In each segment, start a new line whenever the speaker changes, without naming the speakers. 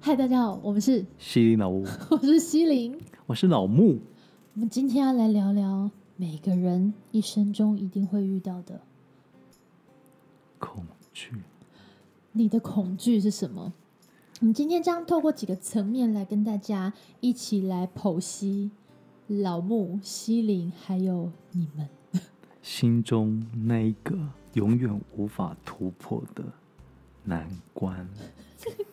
嗨，大家好，我们是
西林老屋，
我是西林，
我是老木。
我们今天要来聊聊每个人一生中一定会遇到的，
恐惧，
你的恐惧是什么？我们今天将透过几个层面来跟大家一起来剖析老木、西林还有你们。
心中那一个永远无法突破的难关，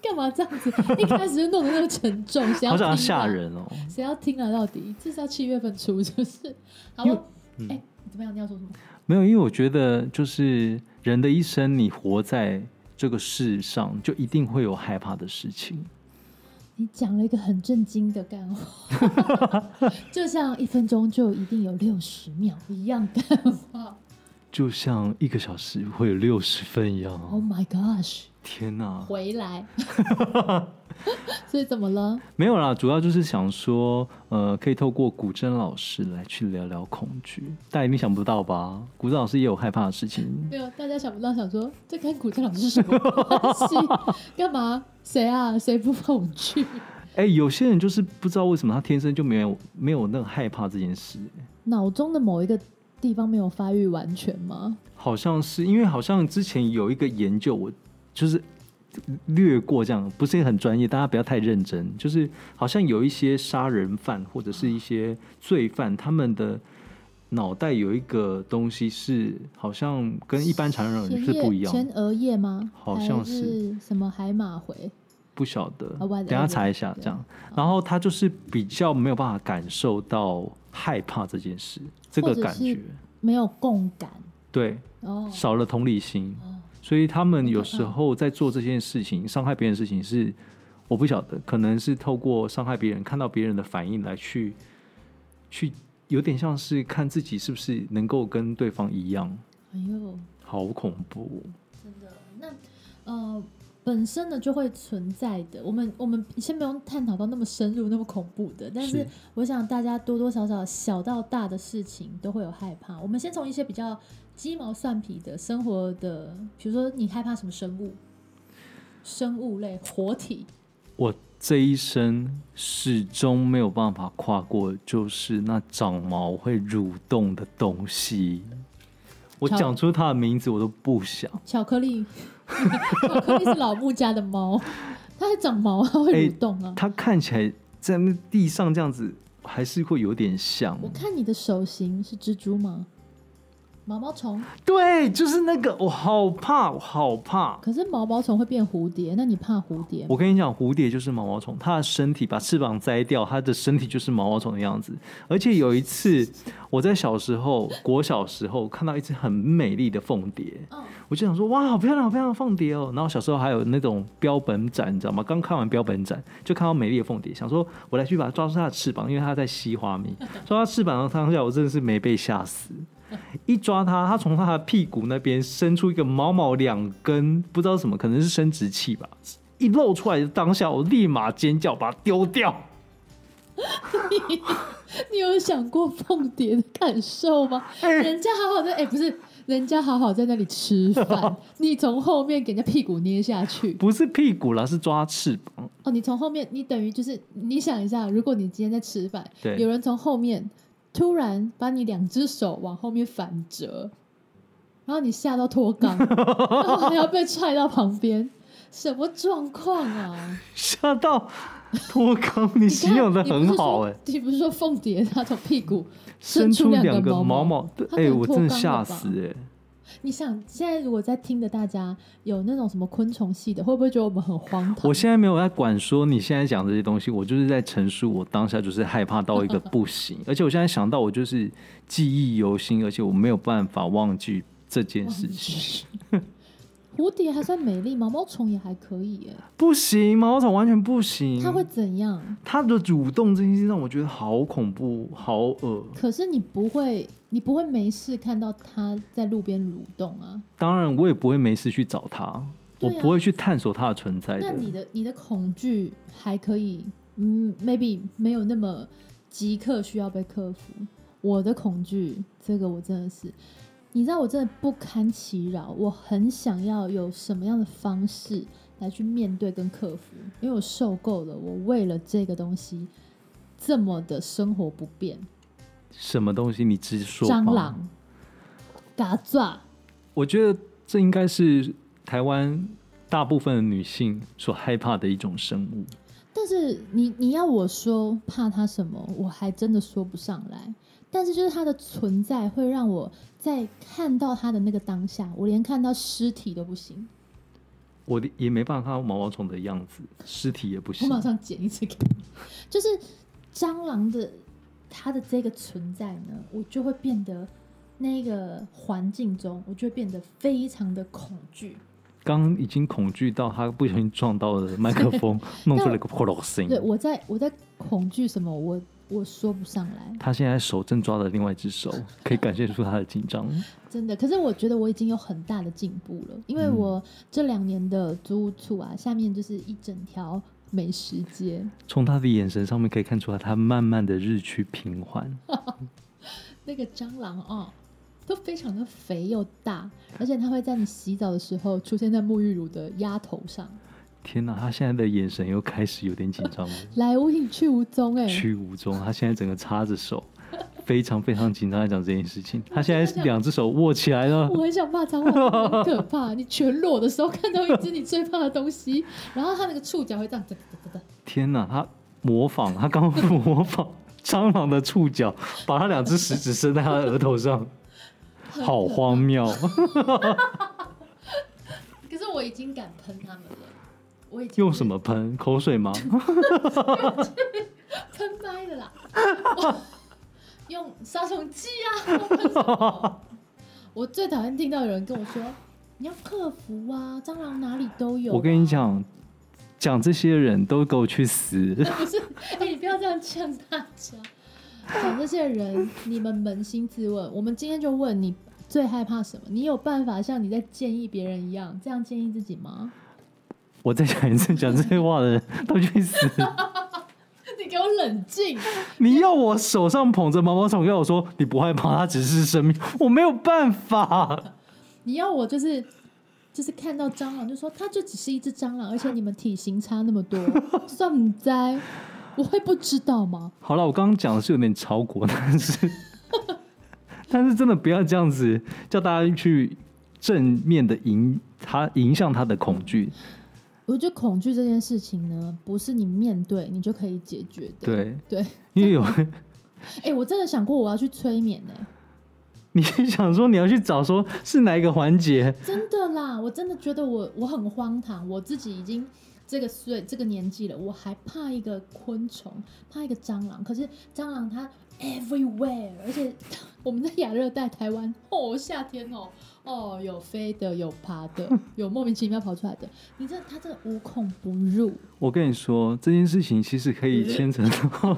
干嘛这样子？一开始就弄得那么沉重，谁要
好想
听啊
要吓，人哦！
谁要听啊？到底这是要七月份出，是不是？好，
因为嗯
我哎、你怎么样？你要说什么？
没有，因为我觉得就是人的一生，你活在这个世上，就一定会有害怕的事情。
你讲了一个很震惊的干话，就像一分钟就一定有六十秒一样干话。
就像一个小时会有六十分一样
Oh
啊，
my gosh！
天哪！
回来，所以怎么了？
没有啦，主要就是想说，呃，可以透过古筝老师来去聊聊恐惧，但一定想不到吧？古筝老师也有害怕的事情，
没有，大家想不到，想说这跟古筝老师什么关系？干嘛？谁啊？谁不恐惧？
哎、有些人就是不知道为什么他天生就没有没有那个害怕这件事、
脑中的某一个地方没有发育完全吗？
好像是因为好像之前有一个研究，我就是略过这样，不是很专业，大家不要太认真。就是好像有一些杀人犯或者是一些罪犯，他们的脑袋有一个东西是好像跟一般常人
前
呃是不一
叶
样
前
的，
额叶吗？
好像
还是什么海马回？
不晓得，
啊，whatever，
等一下查一下这样。然后他就是比较没有办法感受到害怕这件事，这
或
个
者
感
是
觉。
没有共感
对，
哦。
少了同理心，
哦
所以他们有时候在做这件事情，伤害别人的事情是我不晓得，可能是透过伤害别人，看到别人的反应来去去，有点像是看自己是不是能够跟对方一样，
哎呦，
好恐怖。
真的，那呃，本身呢就会存在的。我们我们先不用探讨到那么深入、那么恐怖的，但是
是
我想大家多多少少小到大的事情都会有害怕。我们先从一些比较鸡毛蒜皮的生活的，比如说你害怕什么生物？生物类活体，
我这一生始终没有办法跨过，就是那长毛会蠕动的东西。我
长
讲出它的名字，我都不想。
巧克力， 巧克力是老木家的猫，它会长毛啊，它
哎
会蠕动啊。
它看起来在那地上这样子，还是会有点像。
我看你的手型是蜘蛛吗？毛毛虫，
对，就是那个，我好怕，我好怕。
可是毛毛虫会变蝴蝶，那你怕蝴蝶吗？
我跟你讲，蝴蝶就是毛毛虫，它的身体把翅膀摘掉，它的身体就是毛毛虫的样子。而且有一次，我在小时候，国小时候看到一只很美丽的凤蝶，
嗯
我就想说，哇，好漂亮，好漂亮的凤蝶哦。然后小时候还有那种标本展，你知道吗？刚看完标本展，就看到美丽的凤蝶，想说我来去把它抓住它的翅膀，因为它在吸花蜜。抓它翅膀的当下，我真的是没被吓死。一抓它，它从它的屁股那边伸出一个毛毛两根，不知道什么，可能是生殖器吧。一露出来的当下，我立马尖叫，把它丢掉。
你有想过 凤蝶的感受吗？人家好好 在，哎、不是，人家好好在那里吃 饭，你从后面给人家屁股捏下去。
不是屁股啦，是抓翅膀。
哦，你从后面，你等于就是，你想一下，如果你今天在吃饭，
对
有人从后面突然把你两只手往后面反折，然后你吓到脱肛，然后还要被踹到旁边，什么状况啊？
吓到脱肛， 你形容的很好哎、
你不是说你不是说凤蝶它从屁股
伸出两
个
个毛
毛
毛，对哎、我真的吓死！
它可能脱肛了吧
哎、
你想，现在如果在听的大家有那种什么昆虫系的，会不会觉得我们很荒唐？
我现在没有在管说你现在讲这些东西，我就是在陈述我当下就是害怕到一个不行， 而且我现在想到我就是记忆犹新，而且我没有办法忘记这件事情。
蝴蝶还算美丽，毛毛虫也还可以耶。
不行，毛毛虫完全不行。
它会怎样？
它的主动这件事让我觉得好恐怖，好恶。
可是你不会，你不会没事看到它在路边蠕动啊。
当然，我也不会没事去找它，我
对啊
不会去探索它的存在
那
的。
你的你的恐惧还可以，嗯，maybe 没有那么即刻需要被克服。我的恐惧，这个我真的是，你知道我真的不堪其扰，我很想要有什么样的方式来去面对跟克服，因为我受够了，我为了这个东西这么的生活不便。
什么东西？你直说吧。
蟑螂、嘎抓，
我觉得这应该是台湾大部分的女性所害怕的一种生物。
但是你你要我说怕它什么，我还真的说不上来。但是就是它的存在会让我在看到它的那个当下，我连看到尸体都不行，
我的也没办法看到毛毛虫的样子，尸体也不
我
行。
马上剪一次给你。就是蟑螂的它的这个存在呢，我就会变得那个环境中，我就会变得非常的恐惧。
刚刚已经恐惧到他不小心撞到了麦克 风，弄出了个破锣声。
对我在我在恐惧什么，我我说不上来。
他现在手正抓着另外一只手，可以感觉出他的紧张。
真的，可是我觉得我已经有很大的进步了，因
嗯
为我这两年的租屋处啊，下面就是一整条美食街，
从他的眼神上面可以看出来，他慢慢的日趋平缓。
那个蟑螂哦，都非常的肥又大，而且它会在你洗澡的时候出现在沐浴乳的压头上，
天哪，他现在的眼神又开始有点紧张 了，
来无影去无踪哎、
去无踪。他现在整个插着手， 非常非常紧张在讲这件事 情。他现在两只手握起来了，
我很想骂脏话，很可怕。你全裸的时候看到一只你最怕的东西，然后它那个触角会这样哒哒哒哒哒，
天哪，他模仿，他刚刚模仿 蟑螂的触角，把他两只食指伸在他的额头上，好荒谬。
可 是我已经敢喷它们了，我已经
用什么喷？口水吗？
喷麦的 啦，我用杀虫剂啊！我喷什 么我最讨厌听到有人跟我说你要克服啊，蟑螂哪里都有啊、
我跟你讲，讲这些人都给我去死！
不是，哎、你不要这样劝大家。讲这些人，你们扪心自问，我们今天就问你最害怕什么？你有办法像你在建议别人一样这样建议自己 吗？
我再讲一次，讲这些话的人都去死！
你给我冷静！
你要我手上捧着毛毛虫，跟我说你不害怕，它只是生命，我没有办法。
你要我就是就是看到蟑螂就说它就只是一只蟑螂，而且你们体型差那么多，算不灾，我会不知道吗？
好了，我刚刚讲的是有点超过，但是 但是真的不要这样子，叫大家去正面的迎他，迎向他的恐惧。
我觉得恐惧这件事情呢，不是你面对你就可以解决的。
对，
对，
因为有
哎、我真的想过我要去催眠呢、
你想说你要去找说是哪一个环节，
真的啦，我真的觉得我我很荒唐，我自己已经这个岁这个年纪了，我还怕一个昆虫，怕一个蟑螂。可是蟑螂它 everywhere，而且我们在亚热带台湾哦，夏天哦哦，有飞的，有爬的，有莫名其妙跑出来的，你这它真的无孔不入。
我跟你说，这件事情其实可以牵扯到，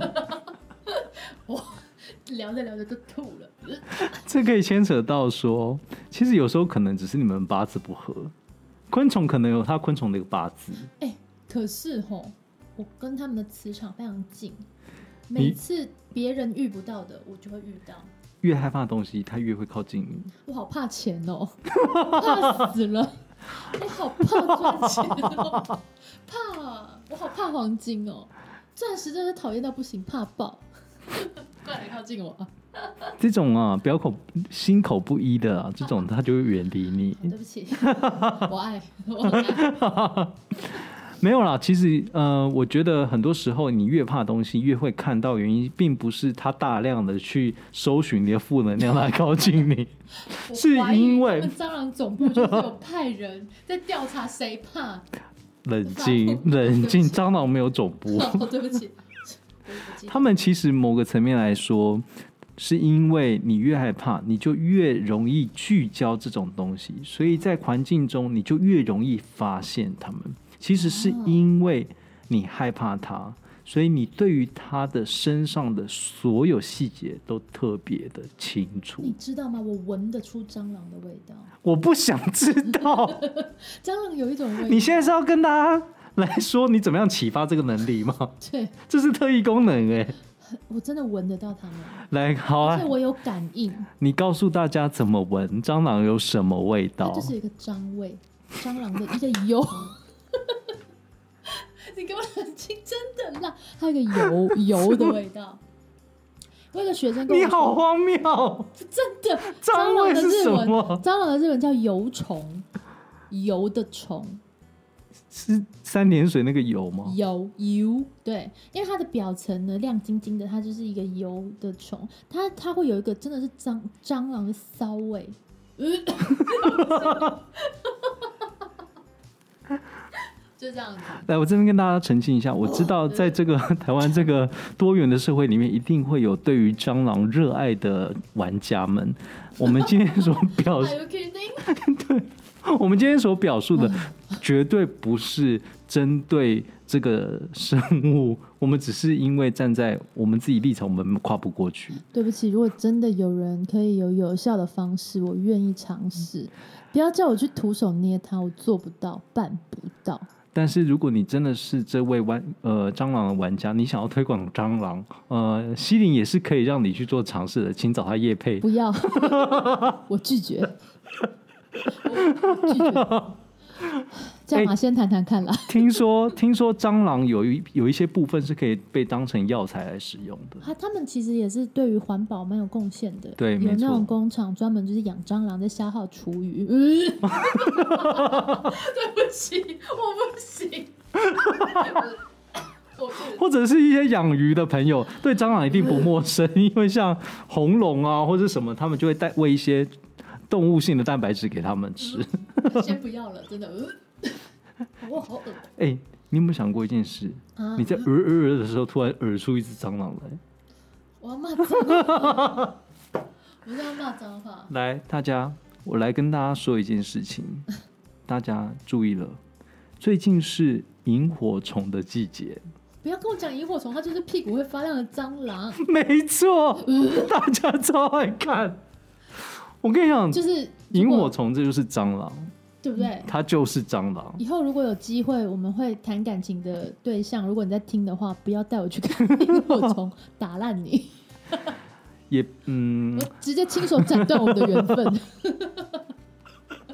聊着聊着就吐了，
这可以牵扯到说，其实有时候可能只是你们八字不合，昆虫可能有它昆虫的一个八字，
哎、可是吼，我跟他们的磁场非常近，每次别人遇不到的，我就会遇到。
越害怕的东西，它越会靠近你。
我好怕钱哦，怕死了！我好怕赚钱哦，怕我好怕黄金哦，钻石真的是讨厌到不行，怕爆！ 快来靠近我啊！
这种啊，表口心口不一的啊，这种它就会远离你。
对不起，我 爱我很爱，
没有啦，其实呃，我觉得很多时候你越怕东西，越会看到原因，并不是它大量的去搜寻你的负能量来靠近你。
我
是
怀疑
因为
他们蟑螂总部就是有派人在调查谁怕。
冷静，冷静，蟑螂没有总 部。
哦，对不起，我也不记得
他们其实某个层面来说，是因为你越害怕，你就越容易聚焦这种东西，所以在环境中你就越容易发现他们。其实是因为你害怕它，所以你对于它的身上的所有细节都特别的清楚
你。知道吗？我闻得出蟑螂的味道，
我不想知道，
蟑螂有一种味道。
你现在是要跟大家来说你怎么样启发这个能力吗？
对，
这是特异功能哎、
我真的闻得到它们，
来好啊
而且，我有感应。
你告诉大家怎么闻蟑螂有什么味
它
道？
就是一个蟑味，蟑螂的一个油。 你给我冷静，真的辣，还有一个油油的味道。我有个学生跟
你
我
好
说，
荒谬！
真的，
张
蟑螂
味
的
是
日
什
文，
么？
蟑螂的日文叫油虫，油的虫，
是三点水那个油吗？
油油，对，因为它的表层呢亮晶晶的，它就是一个油的虫，它它会有一个真的是蟑蟑螂的骚味， 嗯，就这样子。
来，我这边跟大家澄清一下，我知道在这个 台湾这个多元的社会里面，一定会有对于蟑螂热爱的玩家们。我们今天所 表，
Are you kidding？
我们今天所表述的，绝对不是针对这个生物，我们只是因为站在我们自己立场，我们跨不过去。
对不起，如果真的有人可以有有效的方式，我愿意尝试。不要叫我去徒手捏它，我做不到，办不到。
但是如果你真的是这位玩呃蟑螂的玩家，你想要推广蟑螂，呃，西林也是可以让你去做尝试的，请找他叶配。
不 要，我拒绝，我拒
哎
绝。这样嘛，啊先谈谈看啦。
听说听说蟑螂有一有一些部分是可以被当成药材来使用的。
他他们其实也是对于环保蛮有贡献的，
对
有
没
那种
错
工厂专门就是养蟑螂在消耗厨 余。 嗯、对不起，我不行， 我不
或者是一些养鱼的朋友对蟑螂一定不陌生，因为像红龙啊或者什么，他们就会带喂一些动物性的蛋白质给他们吃。
先不要了，真的。呃我好恶
哎、你有没有想过一件事？
啊
你！在呃呃呃的时候，突然耳出一只蟑螂来。
我要骂脏话， 我是要骂脏话。
来，大家，我来跟大家说一件事情， 大家注意了，最近是萤火虫的季节。
不要跟我讲萤火虫，它就是屁股会发亮的蟑 螂，
没错，
嗯
大家超爱看。我跟你讲，
就是如
萤
果
火，虫这就是蟑螂，
对不对？
它就是蟑螂。
以后如果有机会，我们会谈感情的对象。如果你在听的话，不要带我去看萤火虫，打烂你，
也嗯
我，直接亲手斩断我们的缘分。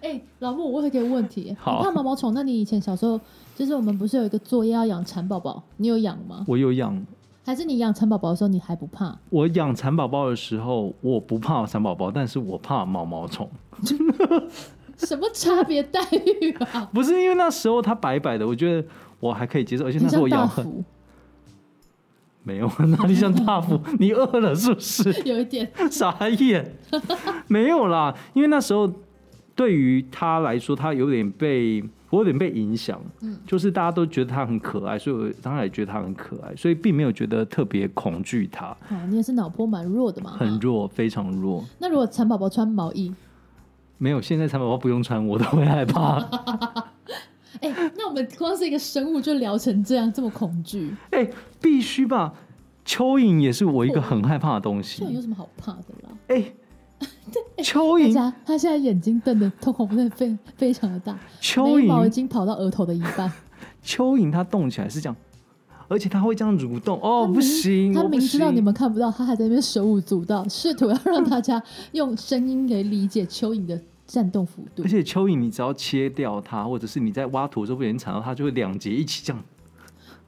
哎、老木，我有一个问题，
好
你怕毛毛虫？那你以前小时候，就是我们不是有一个作业要养蚕宝宝，你有养吗？
我有养，
还是你养蚕宝宝的时候你还不怕？
我养蚕宝宝的时候，我不怕蚕宝宝，但是我怕毛毛虫。
什么差别待遇 啊？
不是因为那时候它白白的，我觉得我还可以接受，而且
很
那时候
像
我
大
养很
福，
没有，哪里像大福？你饿了是不是？
有一点
傻眼，没有啦，因为那时候对于他来说，他有点被我有点被影响，
嗯
就是大家都觉得他很可爱，所以我当然也觉得他很可爱，所以并没有觉得特别恐惧他，
啊，你也是脑波蛮弱的嘛。
很弱，非常弱。
那如果蚕宝宝穿毛衣，
没有，现在蚕宝宝不用穿，我都会害怕。
哎、那我们光是一个生物就聊成这样，这么恐惧，
哎、必须吧，蚯蚓也是我一个很害怕的东
这有
西。
什么好怕的啦？
哎、蚯
大
蚓，
家，他现在眼睛瞪得瞳孔真的非 非常的大，
蚯
眉毛已
蚓，
经跑到额头的一半。
蚯蚓它动起来是这样，而且它会这样蠕动。哦，
他明
不行，
他
我不
明知道
行
你们看不到，他还在那边手舞足蹈， 试图要让大家用声音来理解蚯蚓的战斗幅度
而。且蚯蚓，你只要切掉它，或者是你在挖土的时候不小心铲到它，就会两节一起这样。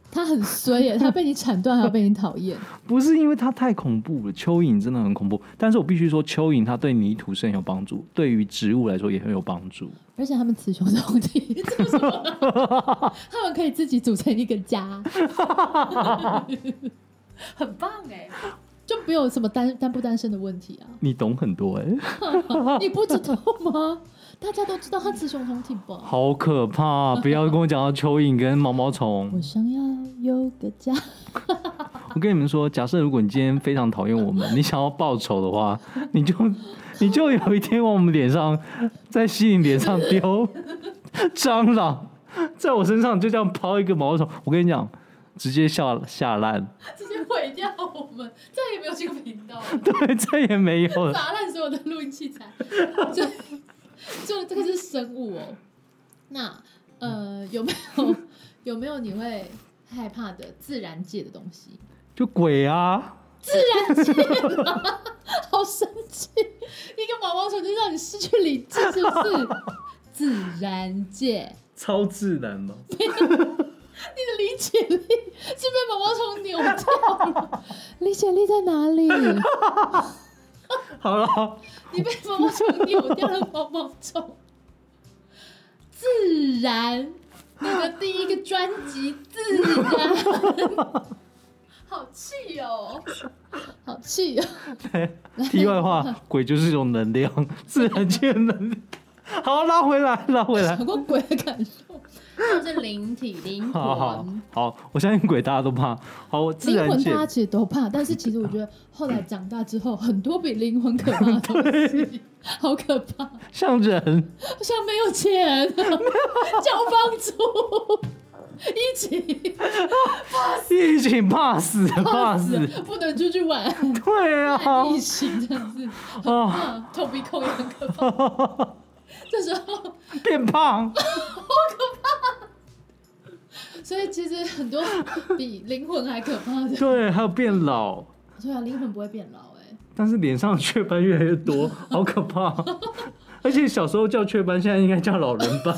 他很衰耶，他被你铲断，还要被你讨厌。
不是因为它太恐怖了，蚯蚓真的很恐怖。但是我必须说，蚯蚓它对泥土是很有帮助，对于植物来说也很有帮助。
而且他们雌雄同体，这是什么他们可以自己组成一个 家，很棒哎，就没有什么单单不单身的问题啊？
你懂很多哎、
你不知道吗？大家都知道它雌雄同体吧？
好可怕、啊不要跟我讲到蚯蚓跟毛毛
我
虫。
想要有个家，
我跟你们说，假设如果你今天非常讨厌我们，你想要报仇的话，你就你就有一天往我们脸上，在西林脸上丢蟑螂，在我身上就这样抛一个毛虫。我跟你讲，直接下下烂，
直接毁掉我们，再也没有这个频道了，
对，再也没有了。
砸烂所有的录音器材。就就这个是生物哦。那呃，有没有有没有你会害怕的自然界的东西？
就鬼啊！
好生气！一个毛毛虫就让你失去理智，是不是？自然界，
超自然嘛。
你的理解力是被毛毛虫扭掉了， 理解力在哪里？
好了，
你被毛毛虫扭掉了，毛毛虫。自然，那个第一个专辑自然，好气哦，好气哦。
题外话，鬼就是一种能量，自然界的能量。好，拉回来，拉回来
有。过鬼的感受，就是灵体、灵
好好
魂、
好，我相信鬼大家都怕。好，我自
灵
然
魂，
界
大，家其实都怕，但是其实我觉得后来长大之后，很多比灵魂可怕的东西，好可怕，
像人，
像没有钱、交房租、一起
一起怕死，怕死。
不能出去玩、
对 啊，
疫情这样子，
啊，
啊，透鼻孔也很可怕。这时候，
变胖，
所以其实很多比灵魂还可怕的。
对，还有变老，
对啊，灵魂不会变老哎、
但是脸上的雀斑越来 越多，好可怕。而且小时候叫雀斑，现在应该叫老人 斑，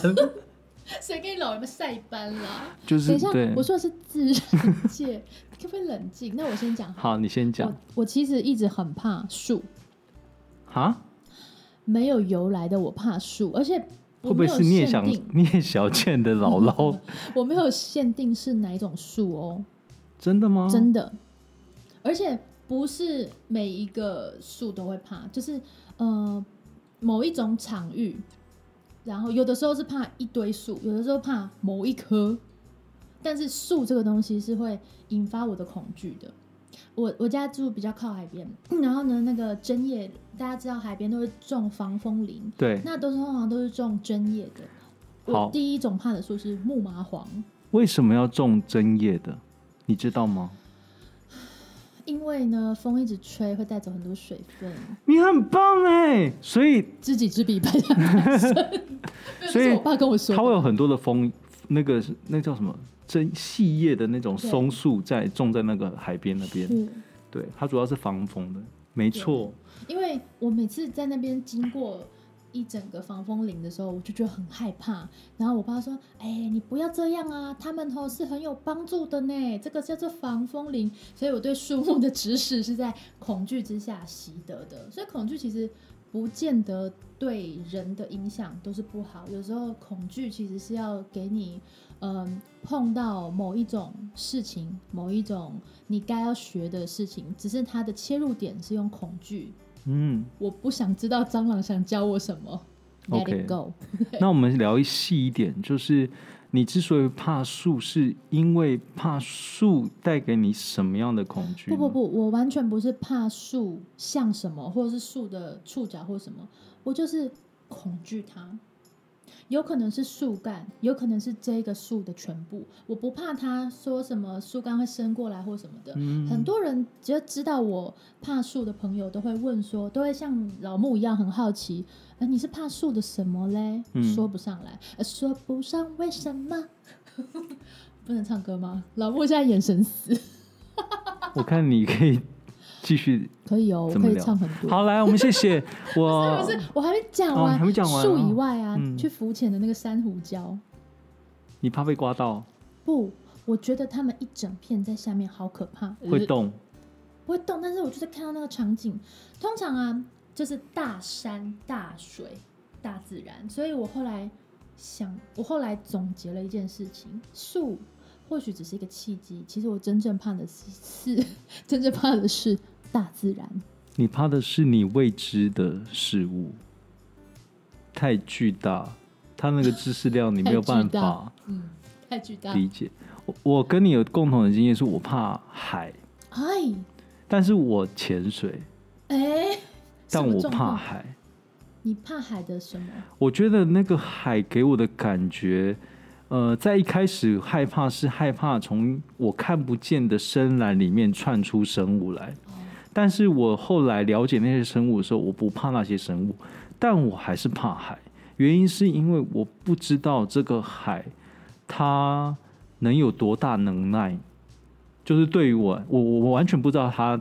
谁给老人们晒斑啦？
就
等
是
一下
对，。
我说的是自然界， 可不可以冷静？那我先讲好。
好，你先讲
我我其实一直很怕树，
啊？
没有由来的我怕树，而且
会
我
不
没
会
有
是聂
限
小
定，嗯
聂小倩的 姥姥？
我没有限定是哪一种树哦，
真的吗？
真的，而且不是每一个树都会怕，就是呃某一种场域，然后有的时候是怕一堆树，有的时候怕某一棵，但是树这个东西是会引发我的恐惧的。我我家住比较靠海边，嗯然后呢，那个针叶，大家知道海边都会种防风林，
对，
那都是通常都是种针叶的。
好
我第一种怕的树是木麻黄，
为什么要种针叶的？你知 道吗？
因为呢，风一直吹会带走很多水分，
你很棒哎，所以
知己知彼，百战百 胜。没有
所
这
以
是我爸跟我说的，
它会有很多的枫，那个那叫什么针细叶的那种
对
松树在种在那个海边那边，
是
对，它主要是防风的，没错。
因为我每次在那边经过一整个防风林的时候，我就觉得很害怕。然后我爸说：“哎、你不要这样啊，他们吼是很有帮助的呢，这个叫做防风林。”所以我对树木的知识是在恐惧之下习得的。所以恐惧其实不见得对人的影响都是不好，有时候恐惧其实是要给你，嗯，碰到某一种事情，某一种你该要学的事情，只是它的切入点是用恐惧
嗯，
我不想知道蟑螂想教我什么。Let
OK
it go。
那我们聊一细一点，就是你之所以怕树，是因为怕树带给你什么样的恐惧？
不不，不，我完全不是怕树像什么，或者是树的触角或什么，我就是恐惧它。有可能是树干，有可能是这个树的全部。我不怕它说什么树干会伸过来或什么的。
嗯
很多人只要知道我怕树的朋友，都会问说，都会像老木一样很好奇，呃、你是怕树的什么嘞？
嗯
说不上来、呃，说不上为什么。 不能唱歌吗？老木现在眼神死，
我看你可以继续。
可以哦，我
怎么
可以
聊
唱很多。
好，来，我们谢谢我
不 是，我还没讲
哦
完，
你还没讲完
树
哦
以外啊，
嗯
去浮潜的那个珊瑚礁，
你怕被刮到
不，我觉得他们一整片在下面好可怕，
会动，
不会动，但是我就是看到那个场景，通常啊就是大山、大水、大自然，所以我后来想，我后来总结了一件事情：树或许只是一个契机，其实我真正怕的是 是真正怕的是大自然。
你怕的是你未知的事物，太巨大，它那个知识量你没有办
太巨
法
大嗯，太巨大，
理解。我我跟你有共同的经验，是我怕海，
哎
但是我潜水，
哎，
但
什么
我
状
怕
况，
海。
你怕海的什么？
我觉得那个海给我的感觉，呃，在一开始害怕是害怕从我看不见的深蓝里面窜出生物来，
哦
但是我后来了解那些生物的时候，我不怕那些生物，但我还是怕海。原因是因为我不知道这个海它能有多大能耐，就是对于我，我我我完全不知道它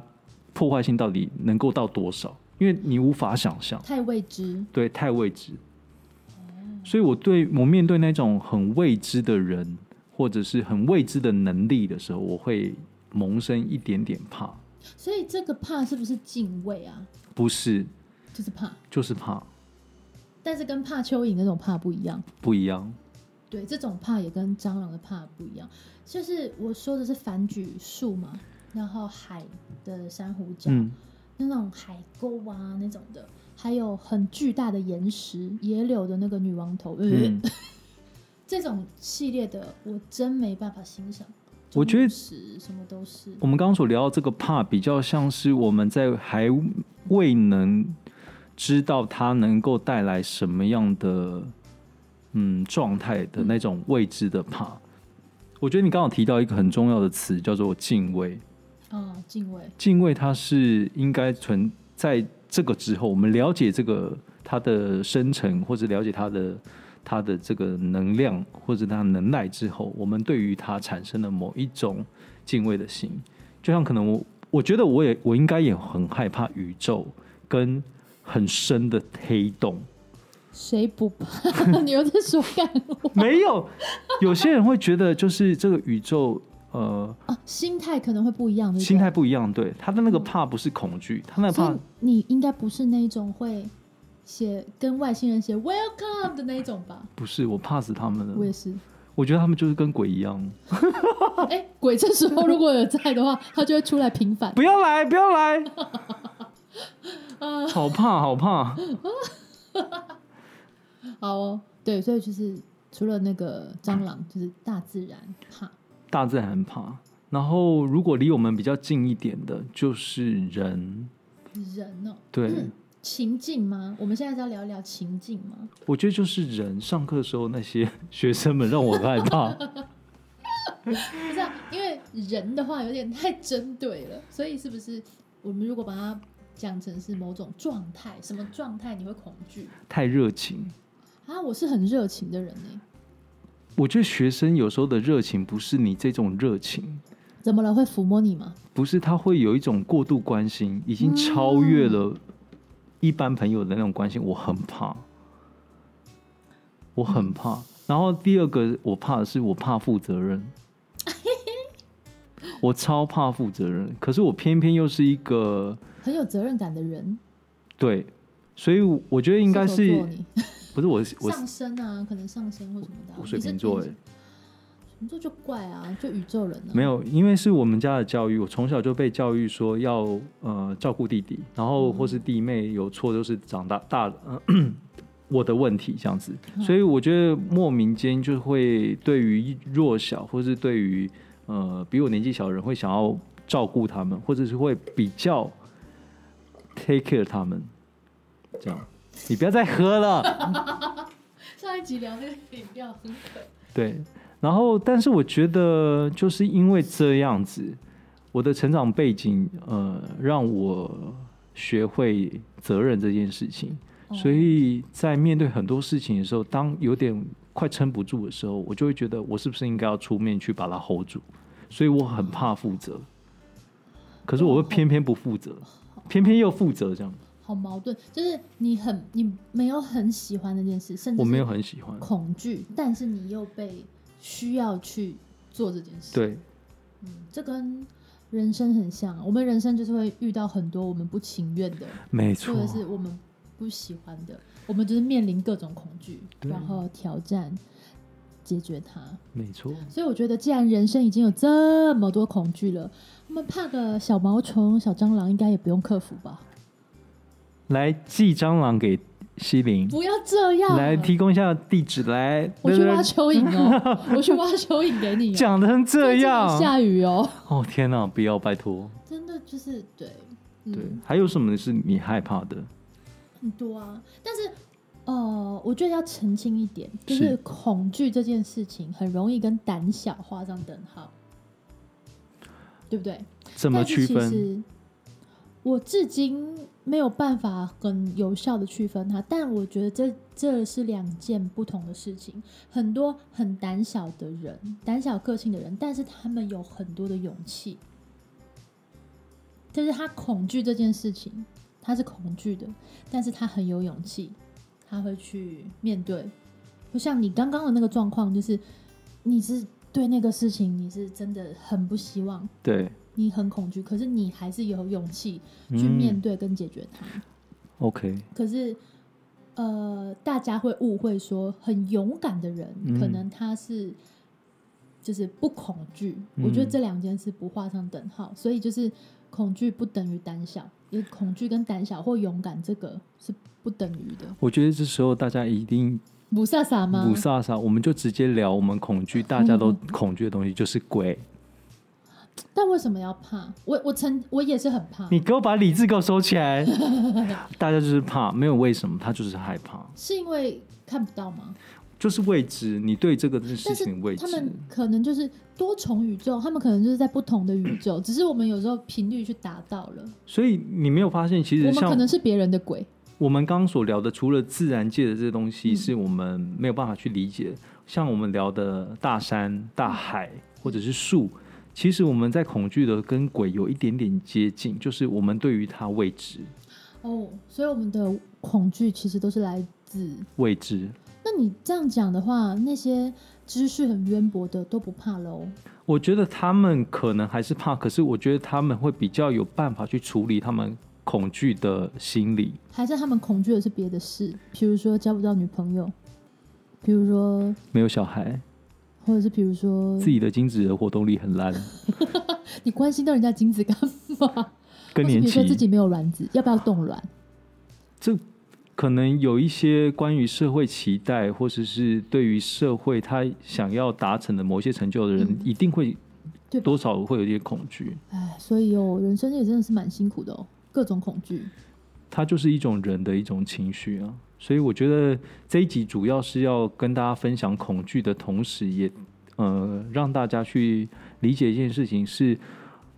破坏性到底能够到多少，因为你无法想象。
太未知。
对，太未知。所以我对我面对那种很未知的人，或者是很未知的能力的时候，我会萌生一点点怕，
所以这个怕是不是敬畏啊？
不是
就是怕，
就是怕，
但是跟怕蚯蚓那种怕不一样。
不一样。
对，这种怕也跟蟑螂的怕不一样。就是我说的是反举树嘛，然后海的珊瑚礁，
嗯，
那种海沟啊那种的，还有很巨大的岩石，野柳的那个女王头，呃
嗯，
这种系列的我真没办法欣赏。
我觉得
钟乳石什么都是，
我们刚刚所聊到这个怕，比较像是我们在还未能知道它能够带来什么样的嗯状态的那种未知的怕。我觉得你刚好提到一个很重要的词，叫做敬畏。
啊，敬畏，
敬畏它是应该存在这个之后，我们了解这个它的生成，或者了解它的它的这个能量或者它的能耐之后，我们对于它产生了某一种敬畏的心。就像可能我我觉得我也我应该也很害怕宇宙跟很深的黑洞。
谁不怕？ 你又在说干我
没有，有些人会觉得就是这个宇宙呃
啊？心态可能会不一样，对不对
心态不一样，对他的那个怕不是恐惧，他那个
所
怕
以你应该不是那种会写跟外星人写 “welcome” 的那一种吧？
不是我怕死他们了。
我也是。
我觉得他们就是跟鬼一样，
哎、鬼这时候如果有在的话，他就会出来平反。
不要来，不要来，好怕，好怕。
好哦，对，所以就是除了那个蟑螂，就是大自然怕。
大自然很怕，然后如果离我们比较近一点的，就是人。
人哦，
对，
情境吗？我们现在是要聊一聊情境吗？
我觉得就是人。上课的时候那些学生们让我很害怕，
不是、啊，因为人的话有点太针对了，所以是不是我们如果把它讲成是某种状态，什么状态你会恐惧
太热情。
啊？我是很热情的人呢、
我觉得学生有时候的热情不是你这种热情，
怎么了？会抚摸你吗？
不是他会有一种过度关心，已经超越了
嗯
一般朋友的那种关心，我很怕，我很怕。然后第二个我怕的是我怕负 责任，我超怕负责任，可是我偏偏又是一个
很有责任感的人，
对，所以我觉得应该
射手
是
座你
不是我是我是
上升啊，可能上升或什么的啊、
我水瓶
你
座哎
是，水瓶座就怪啊，就宇宙人啊。
没有，因为是我们家的教育，我从小就被教育说要呃照顾弟弟，然后或是弟妹有错都是长大大、呃、我的问题这样子，所以我觉得莫名间就会对于弱小或是对于呃比我年纪小的人会想要照顾他们，或者是会比较 take care 他们，这样你不要再喝了。
上一集聊那个饮料很可
对，然后但是我觉得就是因为这样子，我的成长背景呃让我学会责任这件事情，
哦
所以在面对很多事情的时候，当有点快撑不住的时候，我就会觉得我是不是应该要出面去把它 hold 住，所以我很怕负责，可是我会偏偏不负责，
哦
偏偏又负责这样，
好矛盾，就是你很你没有很喜欢那件事，甚至
我没有
是
很喜欢。
恐惧，但是你又被需要去做这件事。，
对，
嗯，这跟人生很像啊，我们人生就是会遇到很多我们不情愿的，
没
或
错，
者是我们不喜欢的，我们就是面临各种恐惧，
对
然后挑战解决它。
没错，
所以我觉得，既然人生已经有这么多恐惧了，我们怕个小毛虫、小蟑螂，应该也不用克服吧？
来寄蟑螂给西林。
不要这样，
来提供一下地址来，
嗯我去
对对
挖蚯蚓哦，我去挖蚯蚓给你、哦。
讲的成这
最近有
样，
下雨哦，
哦天哪，不要拜托。
真的就是对，嗯，
对，还有什么是你害怕的？
很多啊。但是，呃，我觉得要澄清一点，就是
是
恐惧这件事情很容易跟胆小画上等号，对不对？
怎么
但是
区
其
分？
实我至今没有办法很有效的区分它，但我觉得这这是两件不同的事情。很多很胆小的人，胆小个性的人，但是他们有很多的勇气，就是他恐惧这件事情，他是恐惧的，但是他很有勇气，他会去面对，就像你刚刚的那个状况，就是你是对那个事情你是真的很不希望，
对
你很恐惧，可是你还是有勇气去面对跟解决它。
，OK，
可是，呃，大家会误会说，很勇敢的人，
嗯
可能他是就是不恐惧。
嗯
我觉得这两件事不画上等号，所以就是恐惧不等于胆小，也恐惧跟胆小或勇敢这个是不等于的。
我觉得这时候大家一定
不萨萨吗？
不飒飒，我们就直接聊我们恐惧，大家都
嗯
恐惧的东西就是鬼。
但为什么要怕？我我曾我也是很怕，
你给我把理智给我收起 来，大家就是怕，没有为什么，他就是害怕，
是因为看不到吗？
就是未知，你对这个
但
事
是
情未知
他。们可能就是多重宇宙，他们可能就是在不同的宇 宙，只是我们有时候频率去达到了，
所以你没有发现，其
我
实
们
像
可能是别人的鬼。
我们刚刚所聊的，除了自然界的这些东西，
嗯
是我们没有办法去理解。像我们聊的大山、大海或者是树，其实我们在恐惧的跟鬼有一点点接近，就是我们对于它未知、
哦，所以我们的恐惧其实都是来自……
未知。
那你这样讲的话，那些知识很渊博的都不怕喽？
我觉得他们可能还是怕，可是我觉得他们会比较有办法去处理他们恐惧的心理。
还是他们恐惧的是别的事，比如说交不到女朋友，比如说，
没有小孩，
或者是比如说
自，己的精子的活动力很烂，
你关心到人家精子干嘛？或是
更年
比如说自
期，
己没有卵子，要不要冻卵？
这可能有一些关于社会期待，或者是对于社会他想要达成的某些成就的人，
嗯
一定会
对吧
多少会有一些恐惧。
哎，所以哦，人生也真的是蛮辛苦的哦，各种恐惧。
它就是一种人的一种情绪啊。所以我觉得这一集主要是要跟大家分享恐惧的同时也，呃让大家去理解一件事情是，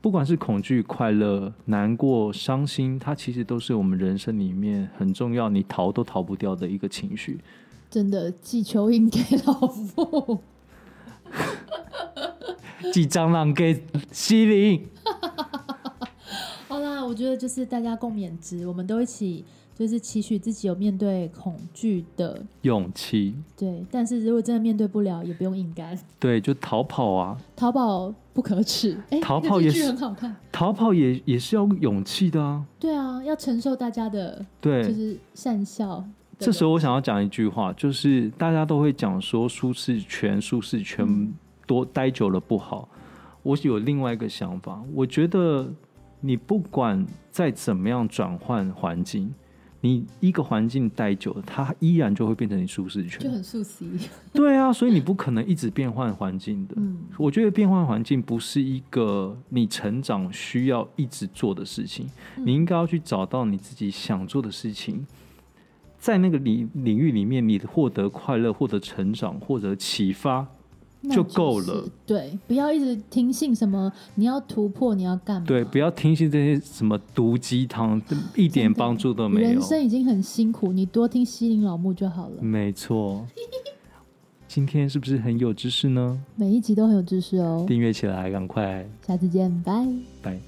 不管是恐惧、快乐、难过、伤心，它其实都是我们人生里面很重要，你逃都逃不掉的一个情绪。
真的寄蚯蚓给老父，
寄蟑螂给西林，
好啦，我觉得就是大家共勉之，我们都一起就是期许自己有面对恐惧的，
勇气，
对。但是如果真的面对不了，也不用硬干。
对，就逃跑啊，
逃跑不可耻， 哎、
逃
那
跑
这
也
句
是
很好看。
逃跑也也是要勇气的啊。
对啊，要承受大家的
对，
就是善笑。
这时候我想要讲一句话，就是大家都会讲说舒适圈，舒适圈
嗯
多待久了不好。我有另外一个想法，我觉得你不管再怎么样转换环境，你一个环境待久了，它依然就会变成你舒适
就
圈。
很素 习，
对啊，所以你不可能一直变换环境的。
嗯，
我觉得变换环境不是一个你成长需要一直做的事情，
嗯
你应该要去找到你自己想做的事情，在那个领领域里面，你获得快乐、获得成长、获得启发，
那
就是够了。
对，不要一直听信什么你要突破，你要干嘛？
对，不要听信这些什么毒鸡汤，一点帮助都没有
人。生已经很辛苦，你多听西林老木就好了。
没错，今天是不是很有知识呢？嗯
每一集都很有知识哦。
订阅起来，赶快，
下次见，拜。
拜。